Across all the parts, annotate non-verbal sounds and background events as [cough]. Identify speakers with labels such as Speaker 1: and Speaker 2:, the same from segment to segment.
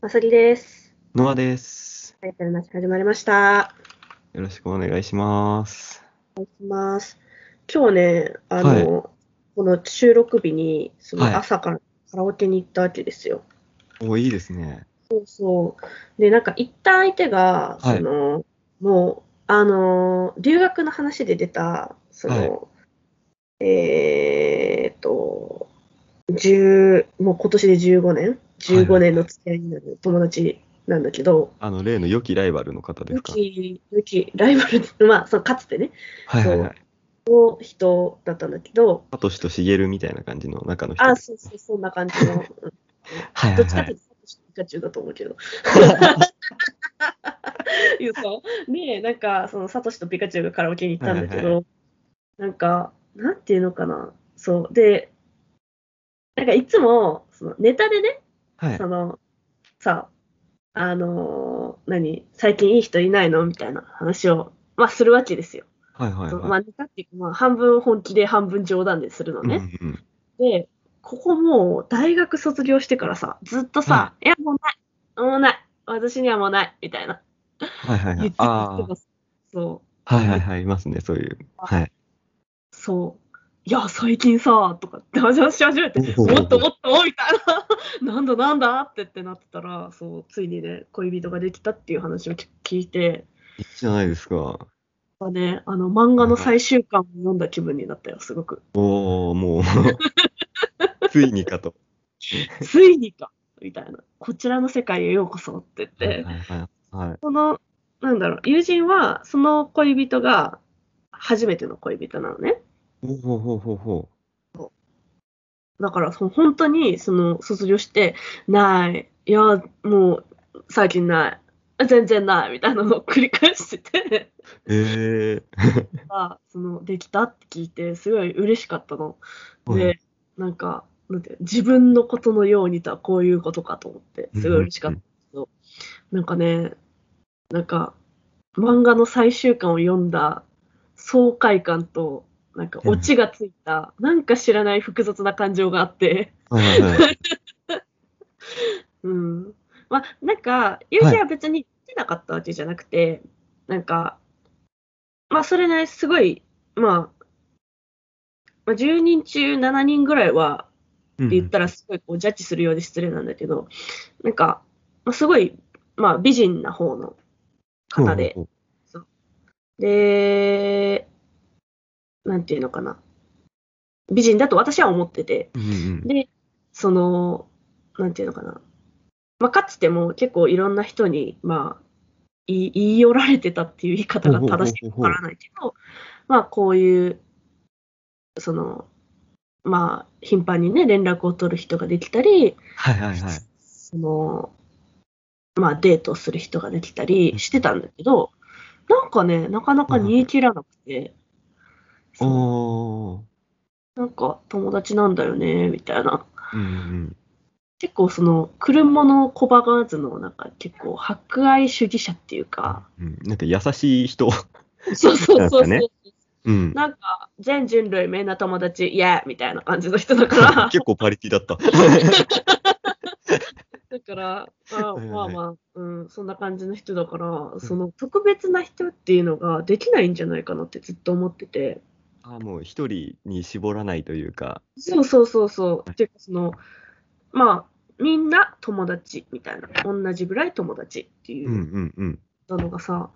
Speaker 1: まさぎです。
Speaker 2: ノアです。
Speaker 1: タイトルマッチ始まりました。
Speaker 2: よろしくお願いします。
Speaker 1: お願いします。今日ね、あの、この収録日に、その
Speaker 2: はい
Speaker 1: 朝からカラオケに行ったわけですよ。
Speaker 2: おいいですね。
Speaker 1: そうそう。で、なんか行った相手が、
Speaker 2: はい
Speaker 1: その、もう、あの、留学の話で出た、その、えーっと、10もう今年で15年、15年の付き合いになる友達なんだけど、
Speaker 2: あの、例の良きライバルの方です
Speaker 1: 良
Speaker 2: か。
Speaker 1: き、良き、ライバル、 [laughs] まあ、そのかつてね、
Speaker 2: はいはいはい。
Speaker 1: の人だったんだけど、
Speaker 2: サトシとしげるみたいな感じの中の人。
Speaker 1: あ、そうそう、そんな感じの。うん
Speaker 2: はいは
Speaker 1: ど
Speaker 2: い
Speaker 1: っちか
Speaker 2: は
Speaker 1: っていう
Speaker 2: い。
Speaker 1: と、ピカチュウだと思う
Speaker 2: [laughs]
Speaker 1: けど。いうそねなんか、その、サトシとピカチュウがカラオケに行ったんだけど、
Speaker 2: はい
Speaker 1: なんか、なんていうのかな、そう、で、なんかいつも、そのネタでね、
Speaker 2: はい
Speaker 1: そ。のさあのー何最近いい人いないのみたいな話を、まあ、するわけですよ。
Speaker 2: はいはい
Speaker 1: そうま
Speaker 2: はい。
Speaker 1: あ、ネタっていうか、まあ、半分本気で半分冗談でするの
Speaker 2: うんう
Speaker 1: ね。
Speaker 2: ん
Speaker 1: でここもう大学卒業してからさずっとさ
Speaker 2: は
Speaker 1: 「いやもうないもうない私にはもうない」みたいな
Speaker 2: はいはいは
Speaker 1: 言っ
Speaker 2: い
Speaker 1: て。た
Speaker 2: あ
Speaker 1: 人がそう
Speaker 2: あ。はいはいはい。いますね、そういう。はい。
Speaker 1: そう。いや、最近さ、とかって話し始めて、
Speaker 2: おお
Speaker 1: もっともっとみたいな、 [laughs] なんだなんだってってなってたら、そう、ついにね、恋人ができたっていう話をき聞いて、
Speaker 2: いいじゃないですか。
Speaker 1: まあね、あの、漫画の最終巻を読んだ気分になったよ、すごく。
Speaker 2: おおもう。ついに
Speaker 1: [laughs]
Speaker 2: かと。
Speaker 1: ついにかみたいな。こちらの世界へようこそって
Speaker 2: はいはい
Speaker 1: 言って、
Speaker 2: はいはい。
Speaker 1: その、なんだろう、友人は、その恋人が、初めての恋人なのね。
Speaker 2: ほうほうほうほうほ
Speaker 1: だからその本当にその卒業してないいやもう最近ない全然ないみたいなのを繰り返してて
Speaker 2: う。ええ。
Speaker 1: あそのできたって聞いてすごい嬉しかったのでなんかなんて自分のことのようにとはこういうことかと思ってすごい嬉しかったんですけどなんかねなんか漫画の最終巻を読んだ爽快感となんかオチがついたなんか知らない複雑な感情があって。
Speaker 2: はいはいはい。
Speaker 1: うん。まあ、なんか、友人は別に言ってなかったわけじゃなくて、なんか、まあ、それね、すごい、まあ、まあ、10人中7人ぐらいは、って [laughs] 言ったらすごいこうジャッジするようで失礼なんだけど、なんか、まあ、すごい、まあ、美人な方の方で、
Speaker 2: ほうほうほう。
Speaker 1: で、なんていうのかな。美人だと私は思ってて、
Speaker 2: うんうん
Speaker 1: で、その、なんていうのかな。まあ、かつても結構いろんな人に、まあ、言い言い寄られてたっていう言い方が正しいかわからないけど、まあ、こういう、その、まあ、頻繁にね、連絡を取る人ができたり、
Speaker 2: はいはいはい。
Speaker 1: その、まあ、デートをする人ができたりしてたんだけど、なんかね、なかなか煮え切らなくて、そう
Speaker 2: おー。
Speaker 1: なんか友達なんだよね、みたいな
Speaker 2: うんうん。
Speaker 1: 結構その車の小バカーズのなんか結構博愛主義者っていうか、
Speaker 2: うん、なんか優しい人。
Speaker 1: そうそうそうそう、
Speaker 2: なんか
Speaker 1: [laughs]
Speaker 2: うん。
Speaker 1: なんか全人類みんな友達イエーイみたいな感じの人だから
Speaker 2: [laughs] 結構パリティだった。
Speaker 1: だからまあ
Speaker 2: はい
Speaker 1: まあ
Speaker 2: はい
Speaker 1: まあ、うん、そんな感じの人だからその特別な人っていうのができないんじゃないかなってずっと思ってて
Speaker 2: あもう一人に絞らないというか。
Speaker 1: そうそうそうそう
Speaker 2: はい
Speaker 1: っていうかそのまあみんな友達みたいな同じぐらい友達っていうう、
Speaker 2: んうんうん。
Speaker 1: なのがさ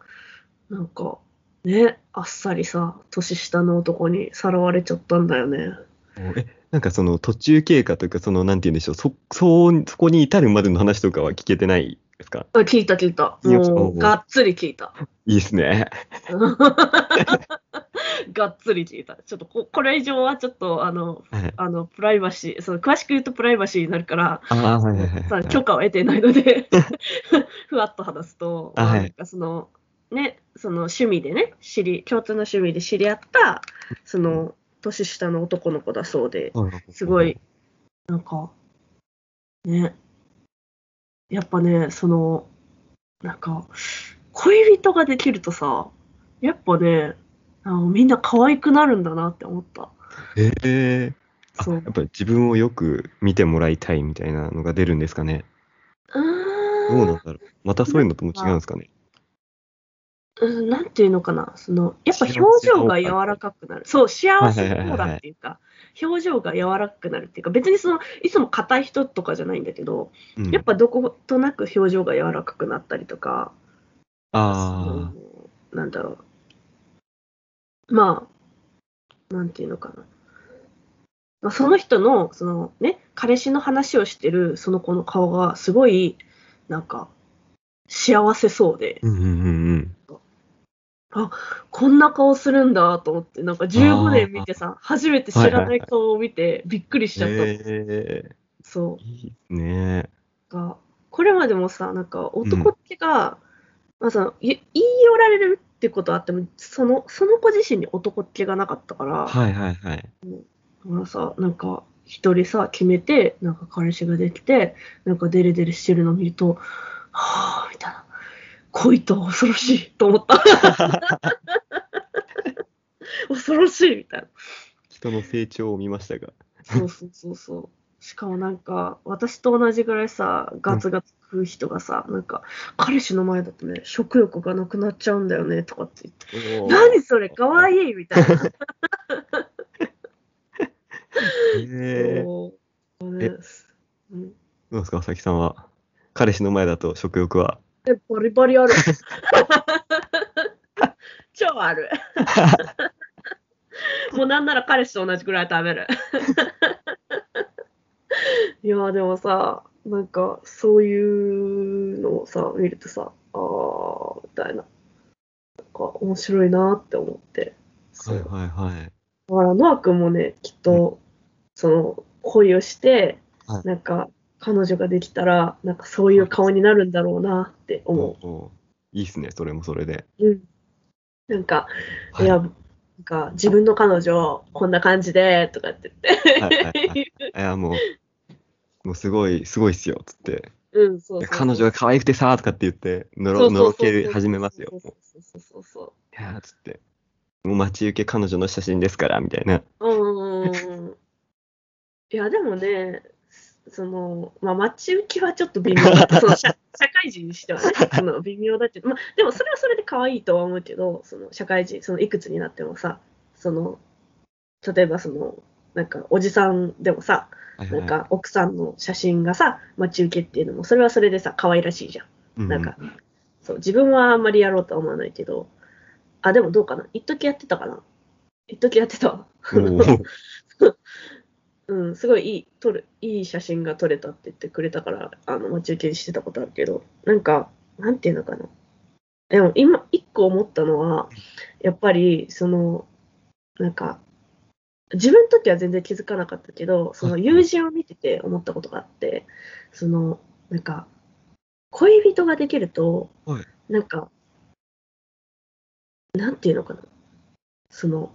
Speaker 1: なんかねあっさりさ年下の男にさらわれちゃったんだよね
Speaker 2: え、なんかその途中経過というか、そのなんて言うんでしょう、そ、そう、そこに至るまでの話とかは聞けてないですか
Speaker 1: あ聞いた聞いた
Speaker 2: いやそ
Speaker 1: も
Speaker 2: う
Speaker 1: うがっつり聞いた [laughs]
Speaker 2: いいですね。
Speaker 1: がっつり聞いたちょっとここれ以上はちょっとあの
Speaker 2: はい。
Speaker 1: あのプライバシーその詳しく言うとプライバシーになるから
Speaker 2: ああ、はいはいはい
Speaker 1: さ
Speaker 2: はい。
Speaker 1: 許可を得ていないので [laughs] ふわっと話すと、
Speaker 2: あはい
Speaker 1: なんかそのねその趣味でね知り共通の趣味で知り合ったその年下の男の子だそうで、すごい。、なんか、ね、やっぱね、その、なんか、恋人ができるとさ、やっぱね、あのみんな可愛くなるんだなって思った。
Speaker 2: ええあ
Speaker 1: そう
Speaker 2: やっぱり自分をよく見てもらいたいみたいなのが出るんですかね。
Speaker 1: うー
Speaker 2: どうなんだろう。またそういうのとも違うんですかね。
Speaker 1: うん、なんていうのかな、そのやっぱ表情が柔らかくなる、そう、幸せそうだっていうか、表情が柔らかくなるっていうか、別にそのいつも硬い人とかじゃないんだけど、
Speaker 2: うん
Speaker 1: やっぱどことなく表情が柔らかくなったりとか、
Speaker 2: あ
Speaker 1: そのなんだろう、まあ、なんていうのかな、まあ、その人のその、ね、彼氏の話をしてるその子の顔が、すごいなんか、幸せそうで。
Speaker 2: あ。うんうんうんうん。
Speaker 1: こんな顔するんだと思って、なんか15年見てさ、初めて知らない顔を見て、びっくりしちゃった。
Speaker 2: え
Speaker 1: そ
Speaker 2: ー、いいですね。
Speaker 1: うが。これまでもさ、なんか男ってが、まあそのい言い寄られるってことはあっても、そのその子自身に男っ気がなかったから、
Speaker 2: はいはいはい。
Speaker 1: だからさ、なんか一人さ、決めて、なんか彼氏ができて、なんかデレデレしてるの見ると、はぁ、みたいな。恋とは恐ろしいと思
Speaker 2: [laughs]
Speaker 1: った。恐ろしいみたいな。
Speaker 2: 人の成長を見ましたが。
Speaker 1: そうそうそうそう。しかもなんか、私と同じぐらいさ、ガツガツ食う人がさ、なんか、彼氏の前だとね、食欲がなくなっちゃうんだよねとかって言って、
Speaker 2: おー
Speaker 1: 何それ、かわいいみたいな。
Speaker 2: えー、
Speaker 1: そうねうん
Speaker 2: どうですか、佐々木さんは。彼氏の前だと食欲は。
Speaker 1: え、バリバリある。 [laughs] 超あ [laughs] る。もうなんなら彼氏と同じぐらい食べる。 [laughs] いやでもさ、なんかそういうのをさ、見るとさ、あーみたいな。なんか面白いなって思って。
Speaker 2: はいはいはい。
Speaker 1: だから、ノア君もね、きっと、その、恋をして、
Speaker 2: はい
Speaker 1: なんか、彼女ができたら、なんかそういう顔になるんだろうなって思う。
Speaker 2: おーいいですね、それもそれで。
Speaker 1: うんなんか、、
Speaker 2: はい
Speaker 1: や、なんか自分の彼女、こんな感じでとかって言って、
Speaker 2: はいはいはいいや、もう、もうすごい、すごいっすよ、つって。
Speaker 1: [laughs] うん、そうそうそう
Speaker 2: 彼女が可愛くてさーとかって言って、のろのろけ始めますよ。
Speaker 1: そう
Speaker 2: も
Speaker 1: そうそうそうそう
Speaker 2: いやーつって。もう待ち受け彼女の写真ですから、みたいな。
Speaker 1: うそう。うん。いや、でもね、その、まあ、待ち受けはちょっと
Speaker 2: [laughs]
Speaker 1: 微妙だその社社会人にしてはね、その微妙だけど、まあ、でもそれはそれで可愛いとは思うけど、その社会人、そのいくつになってもさ、その、例えばその、なんかおじさんでもさ、
Speaker 2: はいはい
Speaker 1: なんか奥さんの写真がさ、待ち受けっていうのも、それはそれでさ、可愛らしいじゃん。
Speaker 2: う
Speaker 1: なんか、そう、自分はあんまりやろうとは思わないけど、あ、でもどうかな。一時やってたかな。一時やってたわ。
Speaker 2: おー
Speaker 1: [laughs] うん、すごいいい、撮る、いい写真が撮れたって言ってくれたから、あの、待ち受けしてたことあるけど、なんか、なんていうのかな。でも今、一個思ったのは、やっぱり、その、なんか、自分の時は全然気づかなかったけど、その
Speaker 2: はい
Speaker 1: 友人を見てて思ったことがあって、その、なんか、恋人ができると、
Speaker 2: はい
Speaker 1: なんか、なんていうのかな。その、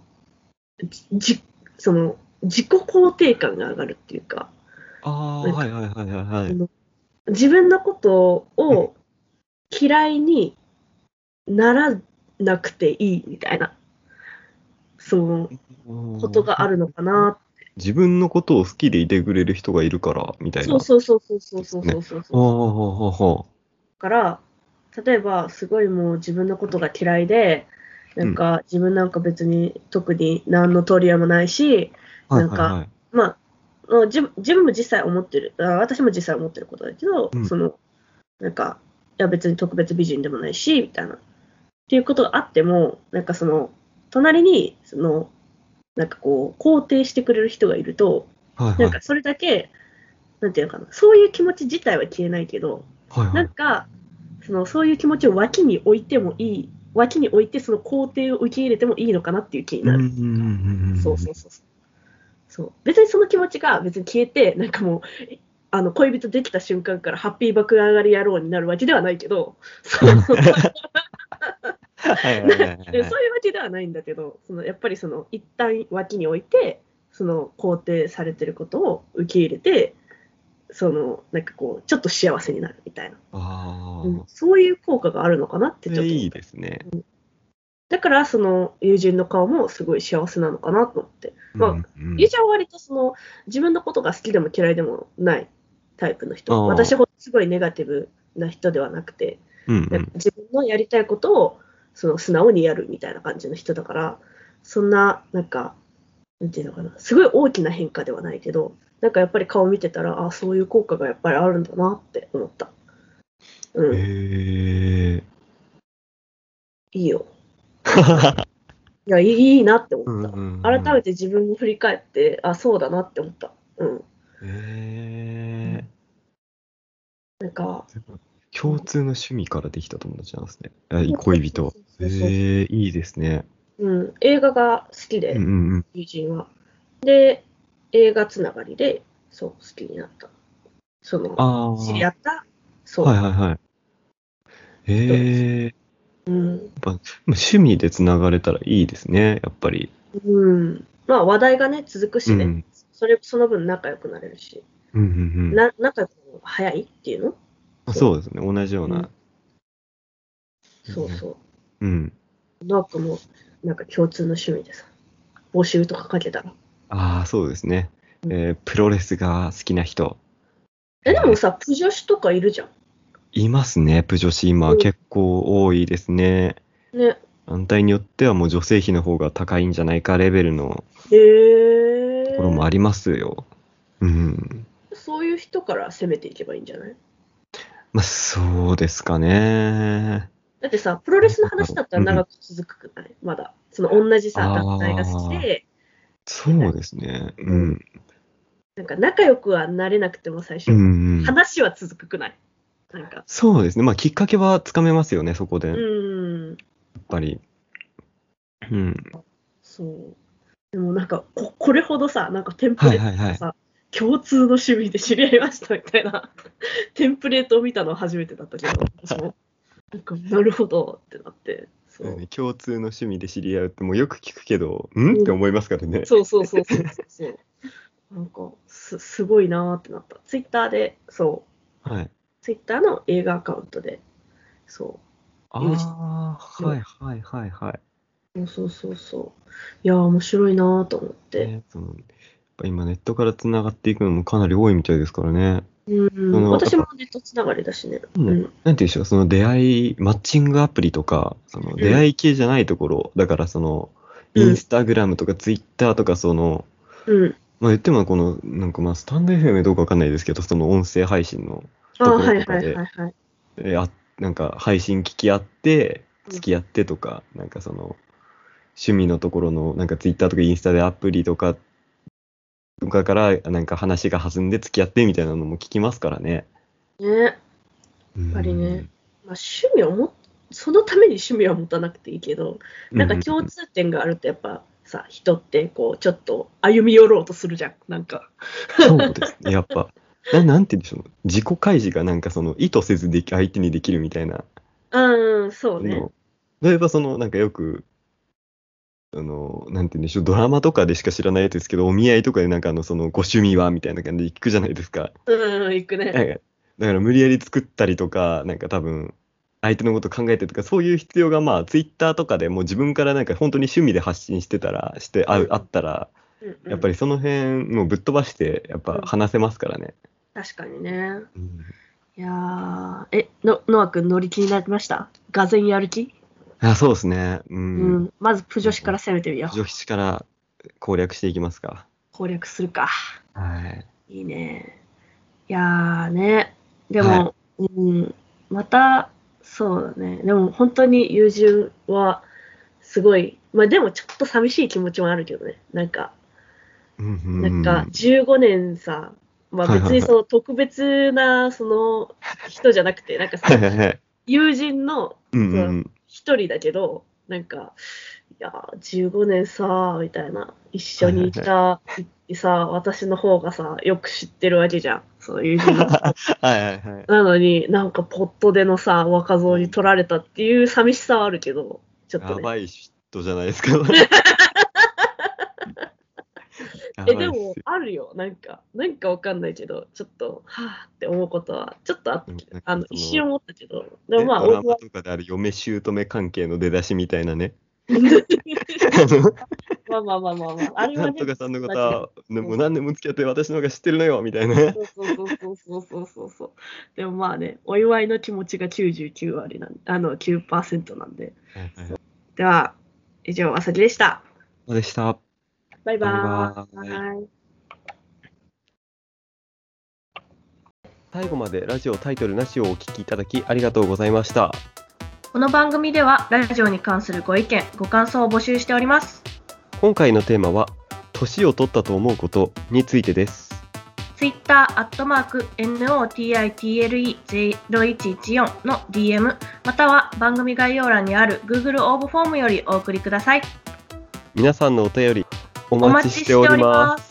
Speaker 1: じじその、自己肯定感が上がるっていうか、
Speaker 2: あーはいはいはいはいはい。
Speaker 1: 自分のことを嫌いにならなくていいみたいな、そのことがあるのかな
Speaker 2: 自分のことを好きでいてくれる人がいるから、みたいな。
Speaker 1: そうそうそうそうそうそうそうそうそう。
Speaker 2: ほうほうほうほ
Speaker 1: から、例えばすごいもう自分のことが嫌いで、なんか自分なんか別に特に何の取り合いもないし、
Speaker 2: うは
Speaker 1: な
Speaker 2: い
Speaker 1: ん
Speaker 2: はい
Speaker 1: か
Speaker 2: はい
Speaker 1: まあ、まあ自分自分も実際思ってる、あ私も実際思ってることだけど、
Speaker 2: うん
Speaker 1: その、なんか、いや別に特別美人でもないし、みたいな。っていうことがあっても、なんかその、隣に、その、なんかこう、肯定してくれる人がいると、
Speaker 2: はいはい
Speaker 1: なんかそれだけ、なんていうのかな、そういう気持ち自体は消えないけど、
Speaker 2: はいは
Speaker 1: なん
Speaker 2: い
Speaker 1: か、その、そういう気持ちを脇に置いてもいい、脇に置いてその肯定を受け入れてもいいのかなっていう気に
Speaker 2: うん
Speaker 1: な
Speaker 2: う
Speaker 1: る。
Speaker 2: んうんうん。
Speaker 1: そうそうそうそう。そう別にその気持ちが別に消えて、なんかもう、えあの恋人できた瞬間からハッピー爆上がり野郎になるわけではないけど、そう
Speaker 2: はいはいはいはい
Speaker 1: でそういうわけではないんだけど、そのやっぱりその一旦脇に置いて、その肯定されてることを受け入れて、そのなんかこう、ちょっと幸せになるみたいな、
Speaker 2: あ
Speaker 1: うん
Speaker 2: あ。
Speaker 1: そういう効果があるのかなって
Speaker 2: そ
Speaker 1: ちょっと
Speaker 2: れ
Speaker 1: 思った
Speaker 2: いいですね。
Speaker 1: だから、その友人の顔もすごい幸せなのかなと思って。まあ
Speaker 2: うんうん
Speaker 1: ゆうちゃんは割とその自分のことが好きでも嫌いでもないタイプの人。
Speaker 2: あー
Speaker 1: 私ほどすごいネガティブな人ではなくて、
Speaker 2: うんう
Speaker 1: なんか
Speaker 2: ん。
Speaker 1: 自分のやりたいことをその素直にやるみたいな感じの人だから、そんな、なんか、なんていうのかな、すごい大きな変化ではないけど、なんかやっぱり顔見てたら、あそういう効果がやっぱりあるんだなって思った。うん、
Speaker 2: へえ。
Speaker 1: いいよ。いや、いいいいなって思った。改め
Speaker 2: て。
Speaker 1: て自分を振り返って、あ、そうだなって思った。うん。
Speaker 2: へえ。
Speaker 1: なんか、
Speaker 2: 共通の趣味からできた友達なんですね。あ恋人は。
Speaker 1: そうそうそうそう
Speaker 2: へえ、いいですね。
Speaker 1: うん、映画が好きで、
Speaker 2: うんうんうん。
Speaker 1: 友人は。で、映画つながりで、そう、好きになった。その、
Speaker 2: ああ。
Speaker 1: 知り合った、そう、
Speaker 2: はいはいはい。へえ。やっ
Speaker 1: うん。
Speaker 2: ぱ趣味でつながれたらいいですね、やっぱり。
Speaker 1: うん。まあ、話題がね、続くしね、
Speaker 2: うん
Speaker 1: それ、その分仲良くなれるし、
Speaker 2: うんうんうん
Speaker 1: な仲良くなるのが早いっていうの
Speaker 2: あ。そうですね、同じよう
Speaker 1: うん
Speaker 2: な。
Speaker 1: そうそう。
Speaker 2: うん。
Speaker 1: なんかもう、なんか共通の趣味でさ、募集とかかけたら。
Speaker 2: ああ、そうですね。えープロレスが好きな人。
Speaker 1: え、でもさ、プ女子とかいるじゃ
Speaker 2: いますね、プ女子今、
Speaker 1: うん
Speaker 2: 結構多いですね。
Speaker 1: ん。ね。
Speaker 2: 団体によってはもう女性比の方が高いんじゃないかレベルの
Speaker 1: へえ
Speaker 2: ところもありますよ。うん。
Speaker 1: そういう人から攻めていけばいいんじゃない
Speaker 2: まあ、そうですかね。
Speaker 1: だってさ、プロレスの話だったら長く続くくない、まだ。その同じさ、
Speaker 2: あー
Speaker 1: 団体が好きで、
Speaker 2: そうですね。うん。
Speaker 1: なんか仲良くはなれなくても最初、
Speaker 2: うん、うん。
Speaker 1: 話は続くくないなんか、
Speaker 2: そうですね。まあ、きっかけはつかめますよね、そこで。
Speaker 1: う
Speaker 2: やっ
Speaker 1: ーん、
Speaker 2: ぱり。うん。
Speaker 1: そう。でもなんか、ここれほどさ、なんかテンプ
Speaker 2: は
Speaker 1: レ
Speaker 2: い
Speaker 1: ート、
Speaker 2: はいはい
Speaker 1: さ。共通の趣味で知り合いましたみたいな、 [laughs] テンプレートを見たのは初めてだったけど、私も。なんか、なるほどってなって。そう
Speaker 2: うん共通の趣味で知り合うってもうよく聞くけど、んって思いますからね。
Speaker 1: そうそうそうそうそうそう。なんかす、すごいなーってなった。ツイッターで、そう、
Speaker 2: はい。
Speaker 1: ツイッターの映画アカウントで、そ
Speaker 2: あ
Speaker 1: 友
Speaker 2: あ、はいはいはいはい。
Speaker 1: う、そうそうそうそう。いやー、面白いなーと思って。
Speaker 2: ねそのやっぱ今ネットからつながっていくのもかなり多いみたいですからね。
Speaker 1: うん、
Speaker 2: あの
Speaker 1: 私もネットつながりだしね。
Speaker 2: うん
Speaker 1: うん、
Speaker 2: なんていうんでしょう、その出会い、マッチングアプリとか、その出会い系じゃないところ、だからその、
Speaker 1: う
Speaker 2: イ
Speaker 1: ん
Speaker 2: ンスタグラムとかツイッターとか、その、
Speaker 1: うん。
Speaker 2: まあ言ってもこの、なんかまあスタンド FM どうかわかんないですけど、その音声配信の、
Speaker 1: あー、
Speaker 2: ところ
Speaker 1: はい
Speaker 2: と
Speaker 1: は
Speaker 2: か
Speaker 1: い
Speaker 2: で
Speaker 1: はいはい。
Speaker 2: えーあなんか配信聞き合って、
Speaker 1: うん
Speaker 2: 付き合ってとか、なんかその、趣味のところの、なんかツイッターとかインスタでアプリとか、とかから、なんか話が弾んで付き合ってみたいなのも聞きますからね。
Speaker 1: ね、
Speaker 2: や
Speaker 1: っぱりね。まあ、趣味をも、そのために趣味は持たなくていいけど、なんか共通点があるとやっぱさ、人ってこう、ちょっと歩み寄ろうとするじゃん。なんか、
Speaker 2: そうですね、やっぱ。ななんて言うんでしょう、自己開示がなんかその意図せずでき相手にできるみたいな
Speaker 1: うん、そうね。
Speaker 2: の。例えばその、なんかよく、あの、なんて言うんでしょう、ドラマとかでしか知らないやつですけど、お見合いとかでなんかあの、その、ご趣味はみたいな感じで聞くじゃないですか。
Speaker 1: うん、行くね。
Speaker 2: なんかだから無理やり作ったりとか、なんか多分、相手のこと考えてとか、そういう必要がまあ、ツイッターとかでもう自分からなんか本当に趣味で発信してたら、して、あうあったら、やっぱ
Speaker 1: り
Speaker 2: りその辺、もうぶっ飛ばして、やっぱ話せますからね。
Speaker 1: 確かにね
Speaker 2: うん
Speaker 1: いやーえのノア君乗り気になりましたがぜんやる気、
Speaker 2: あそうですね。う。
Speaker 1: うんんまずプジョシから攻めてみよう
Speaker 2: 女子から攻略していきますか。
Speaker 1: 攻略するか
Speaker 2: はい。
Speaker 1: いいねいやーねでも、
Speaker 2: は
Speaker 1: うん、またそうだねでも本当に友人はすごいまあでもちょっと寂しい気持ちもあるけどねなんか
Speaker 2: な
Speaker 1: なんか15年さ、まあ、
Speaker 2: はいは
Speaker 1: 別
Speaker 2: いはい
Speaker 1: にその特別なその人じゃなくて、なんか
Speaker 2: は
Speaker 1: さ
Speaker 2: いはいはい。
Speaker 1: 友人の
Speaker 2: うんうんうん。
Speaker 1: 一人だけど、なんか、いやー、15年さ、みたいな、一緒にいた、さ、私の方がさ、よく知ってるわけじゃん、その友人の。
Speaker 2: はいはいはい。
Speaker 1: [laughs] なのに、なんか、ポットでのさ、若造に取られたっていう寂しさはあるけど、ちょっ
Speaker 2: や
Speaker 1: とね。
Speaker 2: ばい人じゃない
Speaker 1: [laughs]
Speaker 2: ですか。やば
Speaker 1: え、
Speaker 2: いっす
Speaker 1: で
Speaker 2: よ
Speaker 1: も、あるよ、なんか、なんかわかんないけど、ちょっと、はぁって思うことは、ちょっとあったけ
Speaker 2: で
Speaker 1: ど
Speaker 2: もなん、か
Speaker 1: あの、
Speaker 2: その
Speaker 1: 一瞬思ったけど、で
Speaker 2: ね
Speaker 1: もまあ、
Speaker 2: ドラ
Speaker 1: 俺は
Speaker 2: マとかである嫁姑関係の出だしみたいなね。
Speaker 1: まあまあまあまあまあ。あれ
Speaker 2: な
Speaker 1: は
Speaker 2: [laughs] んと
Speaker 1: ね、
Speaker 2: かさんのこ
Speaker 1: 確か
Speaker 2: とは、もう何年も付き合って私の方が知ってるのよ、みたいな。
Speaker 1: そうそうそうそうそうそうそう。でもまあね、お祝いの気持ちが99割なんあの、9%なんで。では、以上、あさぎでした。
Speaker 2: そうでした。
Speaker 1: バイバ
Speaker 2: バイ
Speaker 1: イ。
Speaker 2: バ
Speaker 1: はい
Speaker 2: 最後までラジオタイトルなしをお聞きいただきありがとうございました。
Speaker 1: この番組ではラジオに関するご意見、ご感想を募集しております。
Speaker 2: 今回のテーマは、年を取ったと思うことについてです。
Speaker 1: Twitter、アットマーク、NOTITLE0114 の DM、または番組概要欄にある Google 応募フォームよりお送りください。
Speaker 2: 皆さんのお便り、お
Speaker 1: お
Speaker 2: 待
Speaker 1: 待
Speaker 2: ち
Speaker 1: ちし
Speaker 2: してて
Speaker 1: お
Speaker 2: おり
Speaker 1: り
Speaker 2: ます。
Speaker 1: ます。